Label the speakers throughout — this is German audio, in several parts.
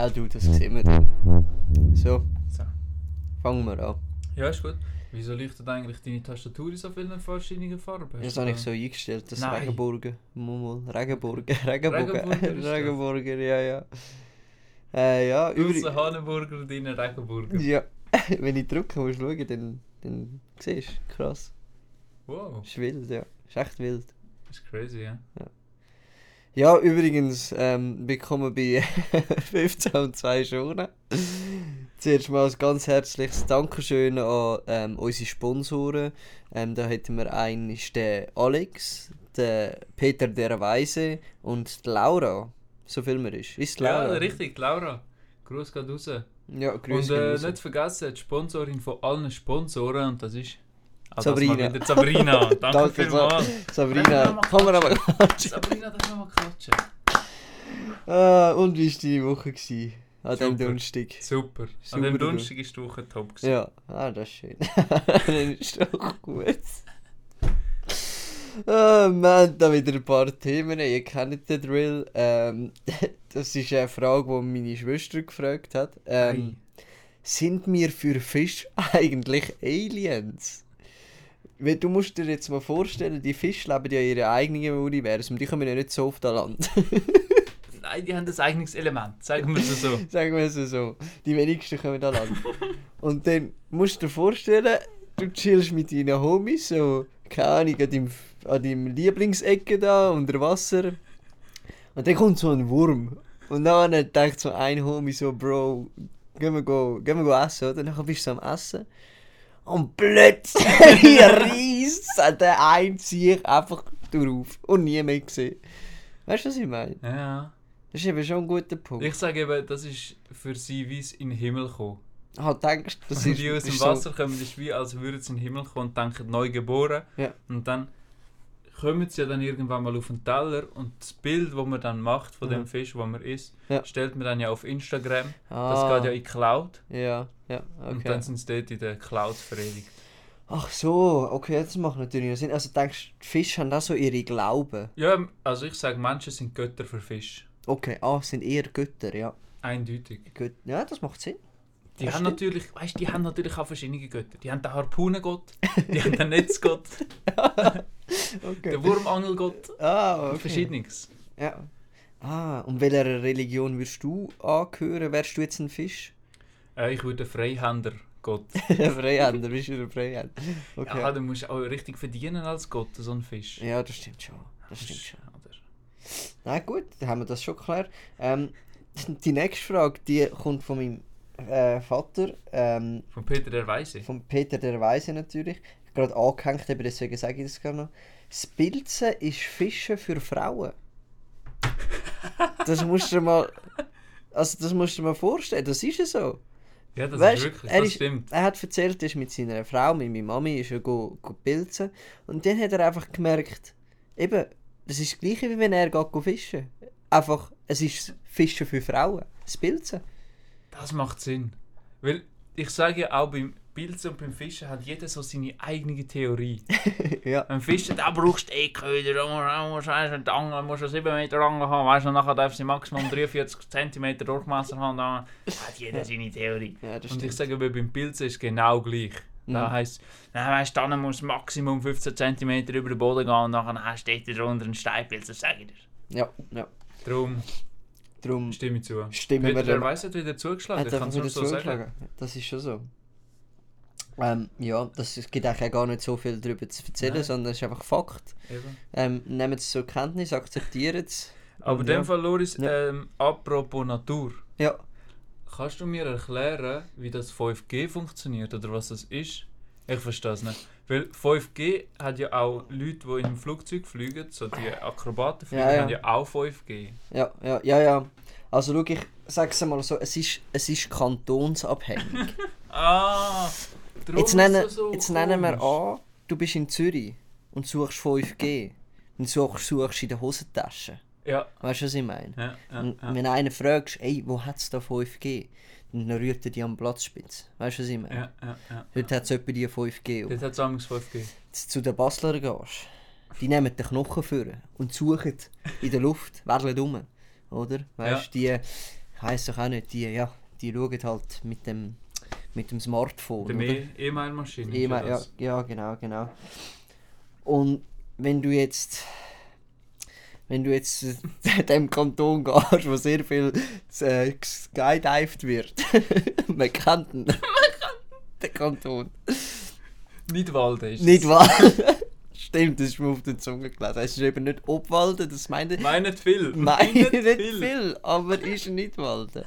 Speaker 1: Ja, du, das sehen wir dann. So,
Speaker 2: So.
Speaker 1: fangen wir an.
Speaker 2: Ja, ist gut. Wieso leuchtet eigentlich deine Tastatur in so vielen verschiedenen Farben?
Speaker 1: Das habe ich so eingestellt, das
Speaker 2: Nein.
Speaker 1: Regenbogen. Mummel, Regenbogen, Regenbogen,
Speaker 2: Regenburger ist das.
Speaker 1: Regenburger, ja, ja. Äh, ja, übrig-
Speaker 2: Unsere Hahnenburger und deine Regenburger.
Speaker 1: Ja, wenn ich drücke, musst du schauen, dann, dann siehst du. Krass.
Speaker 2: Wow,
Speaker 1: Ist wild, ja. Ist echt wild.
Speaker 2: ist crazy, ja.
Speaker 1: Ja, übrigens, ähm, willkommen bei 15 und 2 Schonen. Zuerst mal ein ganz herzliches Dankeschön an ähm, unsere Sponsoren. Ähm, da hätten wir einen ist der Alex, der Peter der Weise und die Laura, so viel mir ist. Ist die Laura?
Speaker 2: Ja, richtig, Laura. Gruß geht raus.
Speaker 1: Ja,
Speaker 2: Und
Speaker 1: grüße.
Speaker 2: äh,
Speaker 1: grüße.
Speaker 2: nicht vergessen, die Sponsorin von allen Sponsoren, und das ist... Ah, das
Speaker 1: Sabrina.
Speaker 2: mal wieder Sabrina, danke,
Speaker 1: Danke,
Speaker 2: vielmals.
Speaker 1: Sabrina, Kameramann.
Speaker 2: Sabrina, darf ich nochmal klatschen?
Speaker 1: Ah, und wie war die Woche? Gewesen? An diesem
Speaker 2: Super.
Speaker 1: Donnerstag.
Speaker 2: Super. An
Speaker 1: Super,
Speaker 2: dem
Speaker 1: du.
Speaker 2: Donnerstag ist die Woche top gewesen.
Speaker 1: Ja, ah, das ist schön. Dann ist doch gut. Oh Mann, da wieder ein paar Themen. Ihr kennt den Drill. Ähm, das ist eine Frage, die meine Schwester gefragt hat. Ähm, sind wir für Fisch eigentlich Aliens? Weil Du musst dir jetzt mal vorstellen, die Fische leben ja in ihrem eigenen Universum. Die kommen ja nicht so auf das Land.
Speaker 2: Nein, die haben das eigenes Element, sagen wir es so.
Speaker 1: Sagen wir es so. Die wenigsten kommen da lang. Und dann musst du dir vorstellen, du chillst mit deinen Homies, so, keine Ahnung, an deinem, an deinem Lieblingsecke da, unter Wasser. Und dann kommt so ein Wurm. Und dann denkt so ein Homie so, Bro, gehen wir, go, gehen wir go essen, oder? Dann bist du so am Essen. Und plötzlich reißt der eine Sieg einfach drauf. Und nie mehr gesehen. Weißt du, was ich meine?
Speaker 2: Ja.
Speaker 1: Das ist eben schon ein guter Punkt.
Speaker 2: Ich sage eben, das ist für sie wie es in den Himmel kommen.
Speaker 1: Ah, denkst du, das
Speaker 2: Wenn
Speaker 1: ist,
Speaker 2: die aus dem
Speaker 1: ist
Speaker 2: Wasser kommen, ist wie als würden sie in den Himmel kommen und denken, neu geboren.
Speaker 1: Ja.
Speaker 2: Und dann kommen sie ja dann irgendwann mal auf den Teller und das Bild, das man dann macht von
Speaker 1: Mhm.
Speaker 2: dem Fisch, wo man isst,
Speaker 1: Ja.
Speaker 2: stellt man dann ja auf Instagram.
Speaker 1: So,
Speaker 2: Das
Speaker 1: ah,
Speaker 2: geht ja in die Cloud
Speaker 1: ja, ja,
Speaker 2: und
Speaker 1: okay.
Speaker 2: dann sind sie dort in der Cloud verewigt.
Speaker 1: Ach so, okay, jetzt macht natürlich noch Sinn. Also denkst du, die Fische haben auch so ihre Glauben?
Speaker 2: Ja, also ich sage, Menschen sind Götter für Fisch.
Speaker 1: Okay, ah, sind eher Götter, ja.
Speaker 2: Eindeutig.
Speaker 1: Gut. Ja, das macht Sinn.
Speaker 2: Die
Speaker 1: Das
Speaker 2: haben
Speaker 1: stimmt.
Speaker 2: natürlich, weißt, die haben natürlich auch verschiedene Götter. Die haben den Harpunengott, die haben den Netzgott,
Speaker 1: Okay.
Speaker 2: den Wurmangelgott,
Speaker 1: Ah, okay.
Speaker 2: verschiedenes.
Speaker 1: Ja. Ah, und welcher Religion würdest du angehören? Wärst du jetzt ein Fisch?
Speaker 2: Äh, ich würde Freihändergott.
Speaker 1: ein Freihänder, bist du ein Freihänder? Okay.
Speaker 2: Ja,
Speaker 1: Ja,
Speaker 2: du musst auch richtig verdienen als Gott, so ein Fisch.
Speaker 1: das stimmt schon. Das stimmt schon.
Speaker 2: Oder?
Speaker 1: Na gut, dann haben wir das schon geklärt. Ähm, die nächste Frage, die kommt von meinem äh, Vater. Ähm,
Speaker 2: Von Peter der Weise.
Speaker 1: Von Peter der Weise natürlich. Gerade angehängt, aber deswegen sage ich das gar noch. Das Pilzen ist Fischen für Frauen. Das musst du dir mal. Also das musst du dir mal vorstellen, das ist ja so.
Speaker 2: Ja, das
Speaker 1: Weißt,
Speaker 2: ist wirklich,
Speaker 1: er
Speaker 2: das
Speaker 1: ist-
Speaker 2: stimmt.
Speaker 1: Er hat erzählt, er ist mit seiner Frau, mit meiner Mami, ist er go, go pilzen. Und dann hat er einfach gemerkt, eben, das ist das gleiche, wie wenn er geht go fischen. Einfach, es ist Fischen für Frauen. Das Pilzen.
Speaker 2: Das macht Sinn. Weil ich sage ja auch beim Pilzen und beim Fischen hat jeder so seine eigene Theorie.
Speaker 1: ja.
Speaker 2: Beim Fischen, da brauchst du eh Köder, da musst du- musst du weisst du, die Angel, musst du 7 Meter Angel haben, weißt du, und nachher darf sie maximal um 43 cm Durchmesser haben. Da hat jeder seine Theorie.
Speaker 1: ja, das
Speaker 2: Und
Speaker 1: stimmt.
Speaker 2: ich sage, aber beim Pilz ist genau gleich. Da
Speaker 1: Mhm.
Speaker 2: heisst nein, weißt, du, dann muss Maximum 15 cm über den Boden gehen und dann hast du dort drunter einen Steinpilz, das sage ich dir.
Speaker 1: Ja, ja.
Speaker 2: Darum
Speaker 1: Darum
Speaker 2: stimme ich zu.
Speaker 1: stimmen wir
Speaker 2: Peter, der
Speaker 1: dem
Speaker 2: Weiss hat wieder zugeschlagen,
Speaker 1: Hat
Speaker 2: ich kann
Speaker 1: einfach
Speaker 2: es nur
Speaker 1: wieder
Speaker 2: so sagen.
Speaker 1: zugeschlagen. Das ist schon so. Ähm, ja, das es gibt eigentlich auch gar nicht so viel darüber zu erzählen,
Speaker 2: Nein.
Speaker 1: sondern es ist einfach Fakt.
Speaker 2: Eben.
Speaker 1: Ähm, nehmt es zur Kenntnis, akzeptiert es.
Speaker 2: Aber in
Speaker 1: ja.
Speaker 2: dem Fall, Loris,
Speaker 1: Ja.
Speaker 2: ähm, apropos Natur.
Speaker 1: Ja.
Speaker 2: Kannst du mir erklären, wie das 5G funktioniert oder was das ist? Ich verstehe es nicht. Weil 5G hat ja auch Leute, die in einem Flugzeug fliegen, so die Akrobaten fliegen,
Speaker 1: Ja, ja.
Speaker 2: haben ja auch 5G.
Speaker 1: Ja, ja, ja, ja. Also schau, ich sag's mal so, es ist, es ist kantonsabhängig.
Speaker 2: Ah! darum
Speaker 1: Jetzt
Speaker 2: ist
Speaker 1: nennen,
Speaker 2: das so
Speaker 1: jetzt nehmen wir
Speaker 2: komisch.
Speaker 1: an, du bist in Zürich und suchst 5G. Dann suchst, suchst in der Hosentasche.
Speaker 2: Ja,
Speaker 1: Weißt du, was ich meine?
Speaker 2: ja, ja.
Speaker 1: Und
Speaker 2: ja.
Speaker 1: wenn einer fragst, ey, wo hat es da 5G? Dann rührt er dich am Platzspitze. Weißt du, was ich meine?
Speaker 2: Ja, ja, ja.
Speaker 1: Heute hat es etwa die 5G. Und
Speaker 2: Dort hat es 5G.
Speaker 1: Jetzt zu den Basler gehst, die nehmen den Knochen vor und suchen in der Luft, werdeln um. Oder? Weißt du, die Heißt doch auch nicht, die, ja, die schauen halt mit dem, mit dem Smartphone.
Speaker 2: Der
Speaker 1: oder?
Speaker 2: Me- E-Mail-Maschine. ist
Speaker 1: Immer, ja,
Speaker 2: das.
Speaker 1: ja, genau, genau. Und wenn du jetzt, wenn du jetzt zu dem Kanton gehst, wo sehr viel äh, skydived wird, man kennt ihn. den Kanton.
Speaker 2: Nidwalden ist
Speaker 1: Nicht
Speaker 2: es.
Speaker 1: wahr? Stimmt, das ist mir auf den Zunge gelesen. Es ist eben nicht Obwalden, das meint er.
Speaker 2: Meinen viel.
Speaker 1: Nein, nicht viel, aber ist nicht Walden.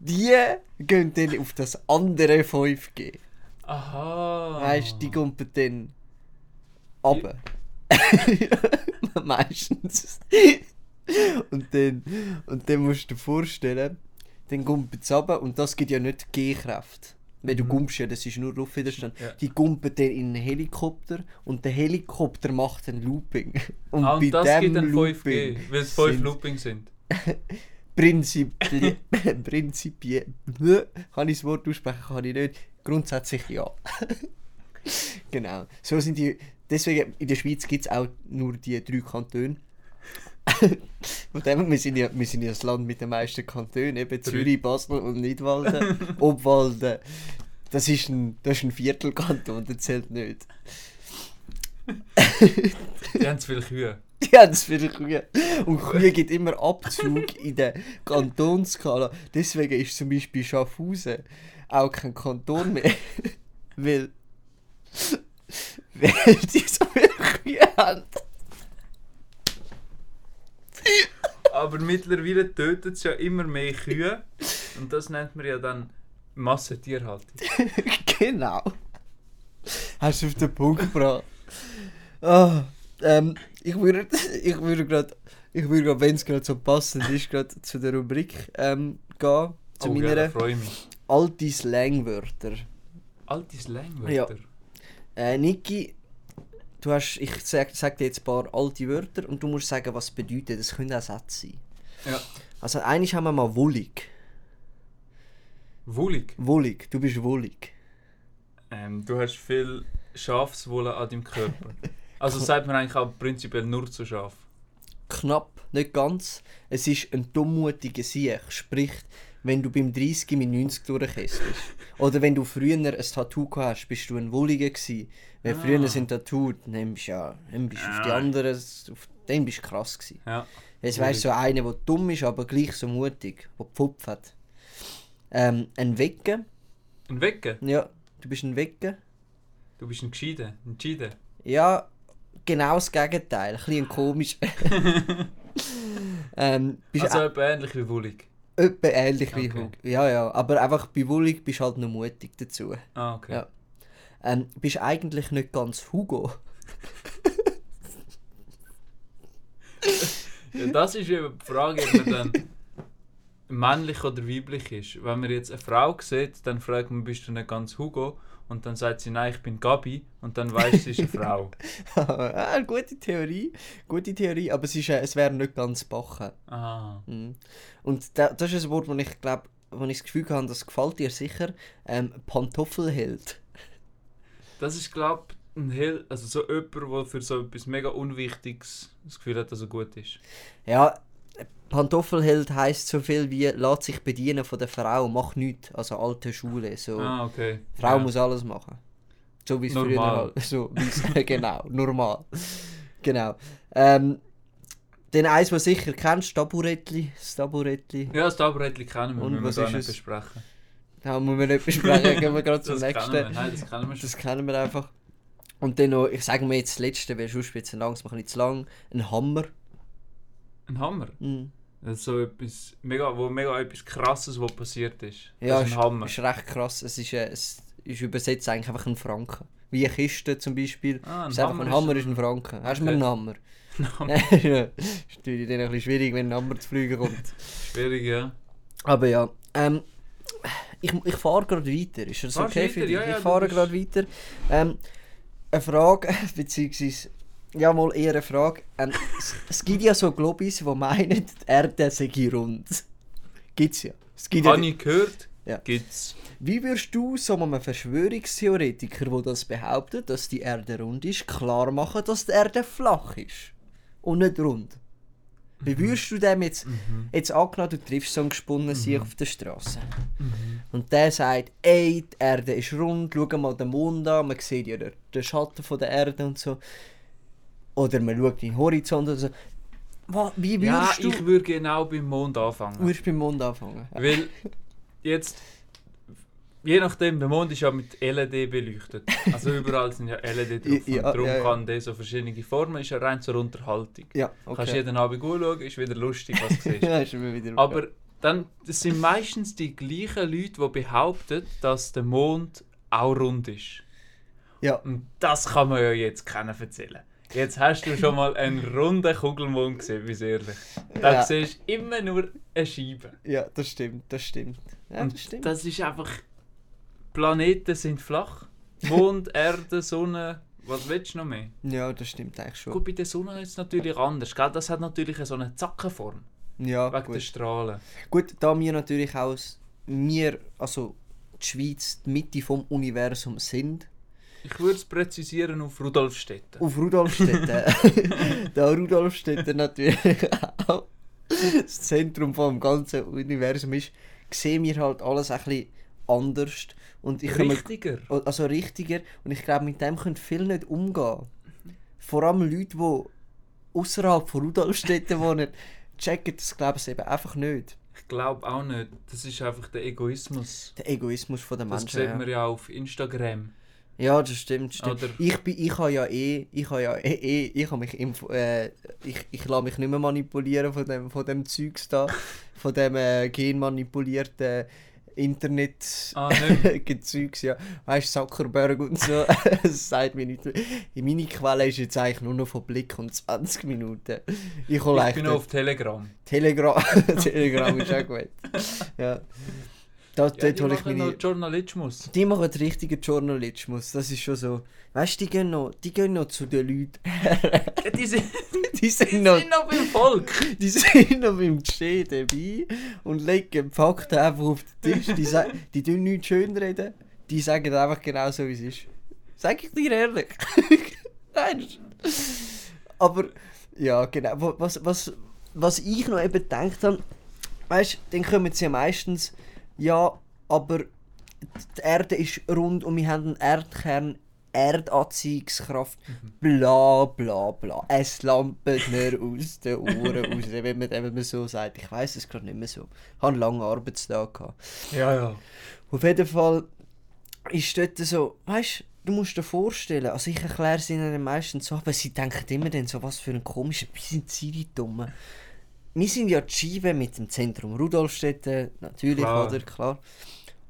Speaker 1: Die gehen dann auf das andere 5G.
Speaker 2: Aha.
Speaker 1: Weißt du, die kumpen dann runter. Meistens. und, dann, und dann musst du dir vorstellen, dann kumpen sie runter und das gibt ja nicht G-Kraft. Wenn du gumpst, ja, das ist nur Luftwiderstand.
Speaker 2: Mhm. Ja.
Speaker 1: Die kumpen dann in einen Helikopter und der Helikopter macht ein Looping. Und
Speaker 2: Ah, und das gibt dann 5G,
Speaker 1: Looping
Speaker 2: weil es 5
Speaker 1: sind-
Speaker 2: Looping sind.
Speaker 1: Prinzipli prinzipiell. Kann ich das Wort aussprechen? Kann ich nicht. Grundsätzlich ja. genau. So sind die. Deswegen in der Schweiz gibt es auch nur die drei Kantone. Von dem, her, wir, sind ja, wir sind ja das Land mit den meisten Kantonen. Eben Zürich, Basel und Nidwalden. Obwalden. Das ist ein, das ist ein Viertelkanton, der zählt nicht.
Speaker 2: Die haben zu viele Kühe.
Speaker 1: Die haben es für die Kühe. Und Kühe gibt immer Abzug in der Kantonskala. Deswegen ist zum Beispiel Schaffhausen auch kein Kanton mehr. weil. Weil die so viele Kühe haben.
Speaker 2: Aber Ah, mittlerweile tötet es ja immer mehr Kühe. Und das nennt man ja dann Massentierhaltung.
Speaker 1: genau. Hast du auf den Punkt gebracht. Ah, ähm, ich würde ich würde gerade, ich würde gerade, wenn es gerade so passend ist, gerade zu der Rubrik ähm, gehen. Zu
Speaker 2: oh, ja, da
Speaker 1: meiner
Speaker 2: freue ich mich.
Speaker 1: alte Slangwörter.
Speaker 2: Alte Slangwörter.
Speaker 1: Äh, Niki, du hast, ich sag, sag dir jetzt ein paar alte Wörter und du musst sagen, was sie bedeuten. Das können auch Sätze sein.
Speaker 2: Ja.
Speaker 1: Also eigentlich haben wir mal wollig.
Speaker 2: Wohlig.
Speaker 1: Wollig, du bist wollig.
Speaker 2: Ähm, du hast viel Schafswolle an deinem Körper. Also sagt man eigentlich auch prinzipiell nur zu Schaf.
Speaker 1: Knapp, nicht ganz. Es ist ein dummmutiger Sieg. Sprich, wenn du beim 30 mit 90 durchkästest. Oder wenn du früher ein Tattoo gehabt hast, bist du ein Wolliger gewesen. Weil früher sind Tattoo, dann bist du ja, dann bist du auf die anderen, auf, dann bist du krass gewesen.
Speaker 2: Ja.
Speaker 1: Jetzt weißt du, so einer, der dumm ist, aber gleich so mutig, der Pfupf hat. Ähm, ein Wecken,
Speaker 2: Ein Wecken.
Speaker 1: ja, du bist ein Wecken.
Speaker 2: Du bist ein Gescheiter. Ein Gescheiter.
Speaker 1: Ja, genau das Gegenteil, ein bisschen komisch. ähm, bist
Speaker 2: Also
Speaker 1: also,
Speaker 2: etwa ähnlich wie Wohlig.
Speaker 1: etwa ähnlich wie
Speaker 2: Okay.
Speaker 1: Hug. Ja, ja, aber einfach bei Wullig bist du halt noch mutig dazu.
Speaker 2: Ah, okay.
Speaker 1: Ja. Ähm, bist eigentlich nicht ganz Hugo.
Speaker 2: Ja, das ist eben die Frage, ob man dann männlich oder weiblich ist. Wenn man jetzt eine Frau sieht, dann fragt man, bist du nicht ganz Hugo? Und dann sagt sie, nein, ich bin Gabi. Und dann weiß sie, ist eine Frau.
Speaker 1: ah, gute Theorie, gute Theorie, aber es, ist, äh, es wäre nicht ganz Bachen.
Speaker 2: Ah,
Speaker 1: Mhm. Und da, das ist ein Wort, wo ich glaube, wo ich das Gefühl habe, das gefällt dir sicher. Ähm, Pantoffelheld.
Speaker 2: das ist, glaube ich, ein Hel also so jemand, der für so etwas mega Unwichtiges das Gefühl hat, dass er gut ist.
Speaker 1: Ja, Pantoffelheld heißt so viel wie lässt sich bedienen von der Frau, macht nichts. Also alte Schule. So.
Speaker 2: Ah, okay.
Speaker 1: Frau
Speaker 2: ja.
Speaker 1: muss alles machen. So wie es früher
Speaker 2: Normal.
Speaker 1: halt. So, wie's- genau, normal. Genau. Ähm, den eins, was sicher kennst, Taburettli. Das Taburettli.
Speaker 2: Ja, das Taburettli kennen wir,
Speaker 1: Und
Speaker 2: müssen wir
Speaker 1: was
Speaker 2: gar
Speaker 1: ist
Speaker 2: nicht
Speaker 1: es?
Speaker 2: besprechen.
Speaker 1: Da müssen wir nicht besprechen, gehen wir gerade zum
Speaker 2: das
Speaker 1: nächsten.
Speaker 2: Kennen wir. Nein, das kennen wir schon.
Speaker 1: Das kennen wir einfach. Und dann noch, ich sage mir jetzt das letzte, weil sonst wird es langsam ein bisschen zu lang. Ein Hammer.
Speaker 2: Ein Hammer.
Speaker 1: Mhm.
Speaker 2: Das ist so etwas, mega, wo mega etwas Krasses, was passiert ist.
Speaker 1: Ja,
Speaker 2: das
Speaker 1: ist,
Speaker 2: ist ein Hammer.
Speaker 1: ist recht krass. Es ist, äh, es ist übersetzt eigentlich einfach ein Franken. Wie eine Kiste zum Beispiel.
Speaker 2: Ah, ein
Speaker 1: ist einfach,
Speaker 2: Hammer
Speaker 1: ein
Speaker 2: ist
Speaker 1: Hammer
Speaker 2: ein-
Speaker 1: ist ein Franken. Hast du mir
Speaker 2: Okay.
Speaker 1: einen Hammer?
Speaker 2: Ein Hammer.
Speaker 1: ist natürlich dann ein bisschen schwierig, wenn ein Hammer zu fliegen kommt.
Speaker 2: Schwierig, ja.
Speaker 1: Aber ja, ähm, ich, ich fahre gerade weiter. Ist das
Speaker 2: Fahrst
Speaker 1: okay
Speaker 2: weiter?
Speaker 1: für dich?
Speaker 2: Ja, ja,
Speaker 1: ich
Speaker 2: du
Speaker 1: fahre
Speaker 2: bist-
Speaker 1: gerade weiter. Ähm, eine Frage, beziehungsweise, ja, mal eher eine Frage. Ähm, es, es gibt ja so Globis, die meinen, die Erde sei rund. Gibt's ja. Es gibt ja
Speaker 2: Habe ich gehört,
Speaker 1: Ja.
Speaker 2: gibt's.
Speaker 1: Wie würdest du so einem Verschwörungstheoretiker, der das behauptet, dass die Erde rund ist, klar machen, dass die Erde flach ist? Und nicht rund. Wie würdest du dem jetzt,
Speaker 2: Mhm.
Speaker 1: jetzt angenommen, du triffst so einen gesponnenen Sieg auf der Straße
Speaker 2: Mhm.
Speaker 1: und der sagt, ey, die Erde ist rund, schau mal den Mond an, man sieht ja den, den Schatten von der Erde und so. Oder man schaut in den Horizont oder so. Wa- Wie
Speaker 2: Ja,
Speaker 1: würdest
Speaker 2: ich
Speaker 1: du
Speaker 2: würde genau beim Mond anfangen.
Speaker 1: würdest beim Mond anfangen? Ja.
Speaker 2: Weil jetzt, je nachdem, der Mond ist ja mit LED beleuchtet. Also überall sind ja LED drauf.
Speaker 1: Ja,
Speaker 2: und darum
Speaker 1: ja, ja.
Speaker 2: kann der so verschiedene Formen, ist ja rein zur Unterhaltung.
Speaker 1: Ja,
Speaker 2: Kannst
Speaker 1: okay.
Speaker 2: jeden Abend anschauen, ist wieder lustig, was du siehst.
Speaker 1: Ja, ist immer wieder
Speaker 2: Aber dann das sind meistens die gleichen Leute, die behaupten, dass der Mond auch rund ist.
Speaker 1: Ja.
Speaker 2: Und das kann man ja jetzt keiner erzählen. Jetzt hast du schon mal einen runden Kugelmond gesehen, bis ehrlich. Da
Speaker 1: Ja.
Speaker 2: siehst du immer nur eine Scheibe.
Speaker 1: Ja, das stimmt, das stimmt. Ja, das
Speaker 2: Und
Speaker 1: stimmt.
Speaker 2: das ist einfach. Planeten sind flach. Mond, Erde, Sonne. Was willst du noch mehr?
Speaker 1: ja, das stimmt eigentlich schon.
Speaker 2: Gut, bei der Sonne ist es natürlich anders. Gell? Das hat natürlich so eine Zackenform.
Speaker 1: Ja,
Speaker 2: Wegen der
Speaker 1: gut.
Speaker 2: Strahlen.
Speaker 1: gut, da wir natürlich aus, wir, also die Schweiz, die Mitte vom Universum sind,
Speaker 2: Ich würde es präzisieren auf Rudolfstetten.
Speaker 1: auf Rudolfstädte, da Rudolfstädte natürlich auch das Zentrum vom ganzen Universum ist, sehen wir halt alles ein bisschen anders und ich kann mir-
Speaker 2: Richtiger.
Speaker 1: also richtiger und ich glaube mit dem können viele nicht umgehen. Vor allem Leute, die außerhalb von Rudolfstädte wohnen, checken das glaube ich eben einfach nicht.
Speaker 2: Ich glaube auch nicht. Das ist einfach der Egoismus.
Speaker 1: Der Egoismus von der
Speaker 2: Das
Speaker 1: Menschen.
Speaker 2: sieht
Speaker 1: ja.
Speaker 2: man ja auch auf Instagram.
Speaker 1: Ja, das stimmt, stimmt.
Speaker 2: Oder-
Speaker 1: Ich bin, ich habe ja eh, ich habe ja eh, eh ich habe mich info, äh, ich, ich lasse mich nicht mehr manipulieren von dem, von dem Zeugs da, von dem äh, genmanipulierten Internet
Speaker 2: Ah, nicht.
Speaker 1: Zeugs, ja. Weißt du, Zuckerberg und so, das sagt mir nicht. In meine Quelle ist jetzt eigentlich nur noch von Blick und 20 Minuten. Ich hole
Speaker 2: Ich
Speaker 1: eigentlich
Speaker 2: bin
Speaker 1: dort
Speaker 2: auf Telegram.
Speaker 1: Telegram, Telegram ist auch gut. Ja. Da,
Speaker 2: Ja,
Speaker 1: dort
Speaker 2: die
Speaker 1: hole ich
Speaker 2: machen
Speaker 1: meine...
Speaker 2: noch Journalismus.
Speaker 1: Die machen richtigen Journalismus, das ist schon so. Weißt du, die gehen noch, die gehen noch zu den Leuten.
Speaker 2: Ja, Die sind,
Speaker 1: Die sind
Speaker 2: die
Speaker 1: noch,
Speaker 2: sind noch beim Volk.
Speaker 1: die sind noch beim Geschehen dabei und legen die Fakten einfach auf den Tisch. Die, sa- die tun nichts schönreden, die sagen einfach genau so, wie es ist. Sag ich dir ehrlich. Nein. das ist- Aber, ja, genau. Wa- Was, was, was ich noch eben gedacht habe, weißt du, dann kommen sie ja meistens, ja, aber die Erde ist rund und wir haben einen Erdkern, Erdanziehungskraft, bla bla bla. Es lampet mir aus den Ohren raus, wenn man, wenn man so sagt. Ich weiß es gerade nicht mehr so. Ich hatte einen langen Arbeitstag. Gehabt.
Speaker 2: Ja, ja.
Speaker 1: Auf jeden Fall ist dort so, weißt du, musst dir vorstellen, also ich erkläre es ihnen meistens so, aber sie denken immer dann so, was für ein komischer, wie sind sie die Dummen. Wir sind ja die Scheibe mit dem Zentrum Rudolfstädte, natürlich,
Speaker 2: Klar.
Speaker 1: oder? Klar.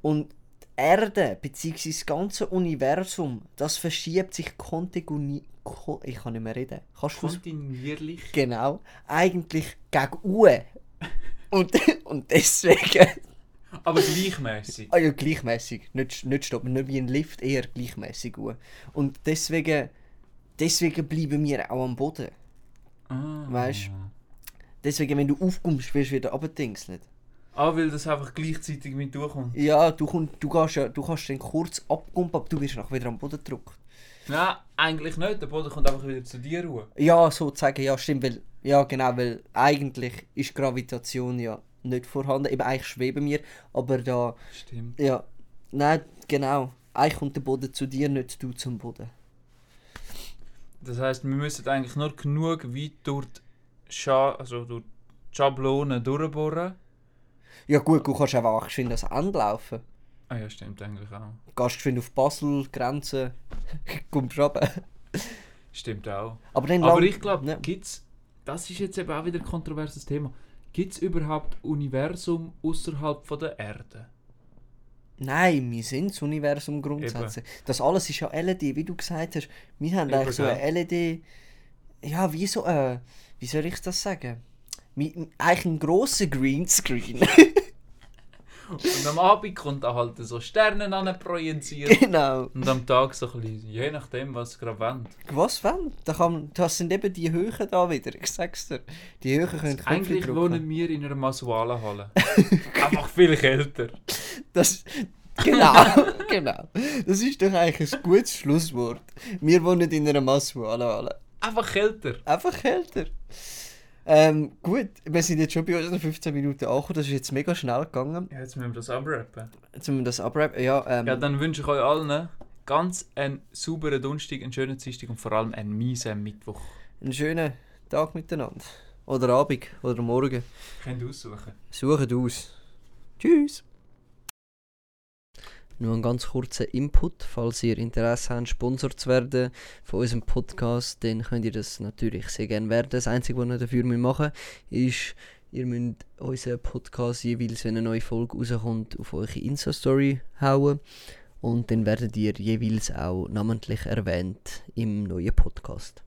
Speaker 1: Und die Erde, beziehungsweise das ganze Universum, das verschiebt sich kontinuierlich. Ko ich kann nicht mehr reden. Kannst du aus
Speaker 2: Kontinuierlich.
Speaker 1: Genau. Eigentlich gegen Uhr. Und, und deswegen.
Speaker 2: Aber gleichmäßig.
Speaker 1: Ah ja, gleichmäßig. Nicht, nicht stoppen, nicht wie ein Lift, eher gleichmäßig. gut. Und deswegen, deswegen bleiben wir auch am Boden.
Speaker 2: Ah.
Speaker 1: Weißt Deswegen, wenn du aufkommst, wirst du wieder abgedingselt.
Speaker 2: Ah, weil das einfach gleichzeitig mit durchkommt.
Speaker 1: Ja, du, komm, du, gehst, ja- du kannst dann kurz abkumpen, aber du wirst nachher wieder am Boden gedrückt.
Speaker 2: Nein, eigentlich nicht. Der Boden kommt einfach wieder zu dir ruhen.
Speaker 1: Ja, sozusagen, ja, stimmt. Weil, ja, genau, weil eigentlich ist Gravitation ja nicht vorhanden. Eben, eigentlich schweben wir, aber da,
Speaker 2: Stimmt.
Speaker 1: ja, nein, genau. Eigentlich kommt der Boden zu dir, nicht du zum Boden.
Speaker 2: Das heißt, wir müssen eigentlich nur genug weit durch die, Scha also durch die Schablone durchbohren.
Speaker 1: Ja gut, du kannst einfach geschwind ans Ende laufen.
Speaker 2: Ah ja, stimmt eigentlich auch.
Speaker 1: gehst geschwind auf Basel, Grenzen, kommst runter.
Speaker 2: Stimmt auch.
Speaker 1: Aber dann
Speaker 2: Aber
Speaker 1: lang- Ne,
Speaker 2: ich glaube,
Speaker 1: Ja.
Speaker 2: gibt's. Das ist jetzt eben auch wieder ein kontroverses Thema. Gibt es überhaupt Universum außerhalb von der Erde?
Speaker 1: Nein, wir sind das Universum grundsätzlich. Das alles ist ja LED, wie du gesagt hast. Wir haben
Speaker 2: Eben, genau.
Speaker 1: eigentlich so
Speaker 2: gell.
Speaker 1: eine LED... Ja, wie so... Äh, wie soll ich das sagen? Mi- Eigentlich ein grosser Greenscreen.
Speaker 2: Und am Abend kommt da halt so Sterne an projiziert.
Speaker 1: genau.
Speaker 2: Und am Tag so ein bisschen, je nachdem, was ihr gerade wollt.
Speaker 1: Was, wenn? Da kann man, das sind eben die Höhen da wieder, ich sag's dir. Die Höhen können Knöpfe
Speaker 2: Also Eigentlich
Speaker 1: drücken.
Speaker 2: wohnen wir in einer Masualenhalle. Einfach viel kälter.
Speaker 1: Das, genau, genau. Das ist doch eigentlich ein gutes Schlusswort. Wir wohnen in einer Masse, alle, alle.
Speaker 2: Einfach kälter.
Speaker 1: Einfach kälter.
Speaker 3: Ähm, gut, wir sind jetzt schon bei unseren 15 Minuten angekommen. Das ist jetzt mega schnell gegangen.
Speaker 2: Ja, jetzt müssen wir das abrappen.
Speaker 3: Jetzt müssen wir das abrappen. Ja, ähm,
Speaker 2: Ja, dann wünsche ich euch allen ganz einen sauberen Donnerstag, einen schönen Dienstag und vor allem einen miesen Mittwoch.
Speaker 3: einen schönen Tag miteinander. Oder Abend oder Morgen.
Speaker 2: Könnt ihr aussuchen.
Speaker 3: Sucht aus. Tschüss.
Speaker 1: Nur ein ganz kurzer Input, falls ihr Interesse habt, Sponsor zu werden von unserem Podcast, dann könnt ihr das natürlich sehr gerne werden. Das Einzige, was ihr dafür machen müsst, ist, ihr müsst unseren Podcast jeweils, wenn eine neue Folge rauskommt, auf eure Insta-Story hauen. Und dann werdet ihr jeweils auch namentlich erwähnt im neuen Podcast.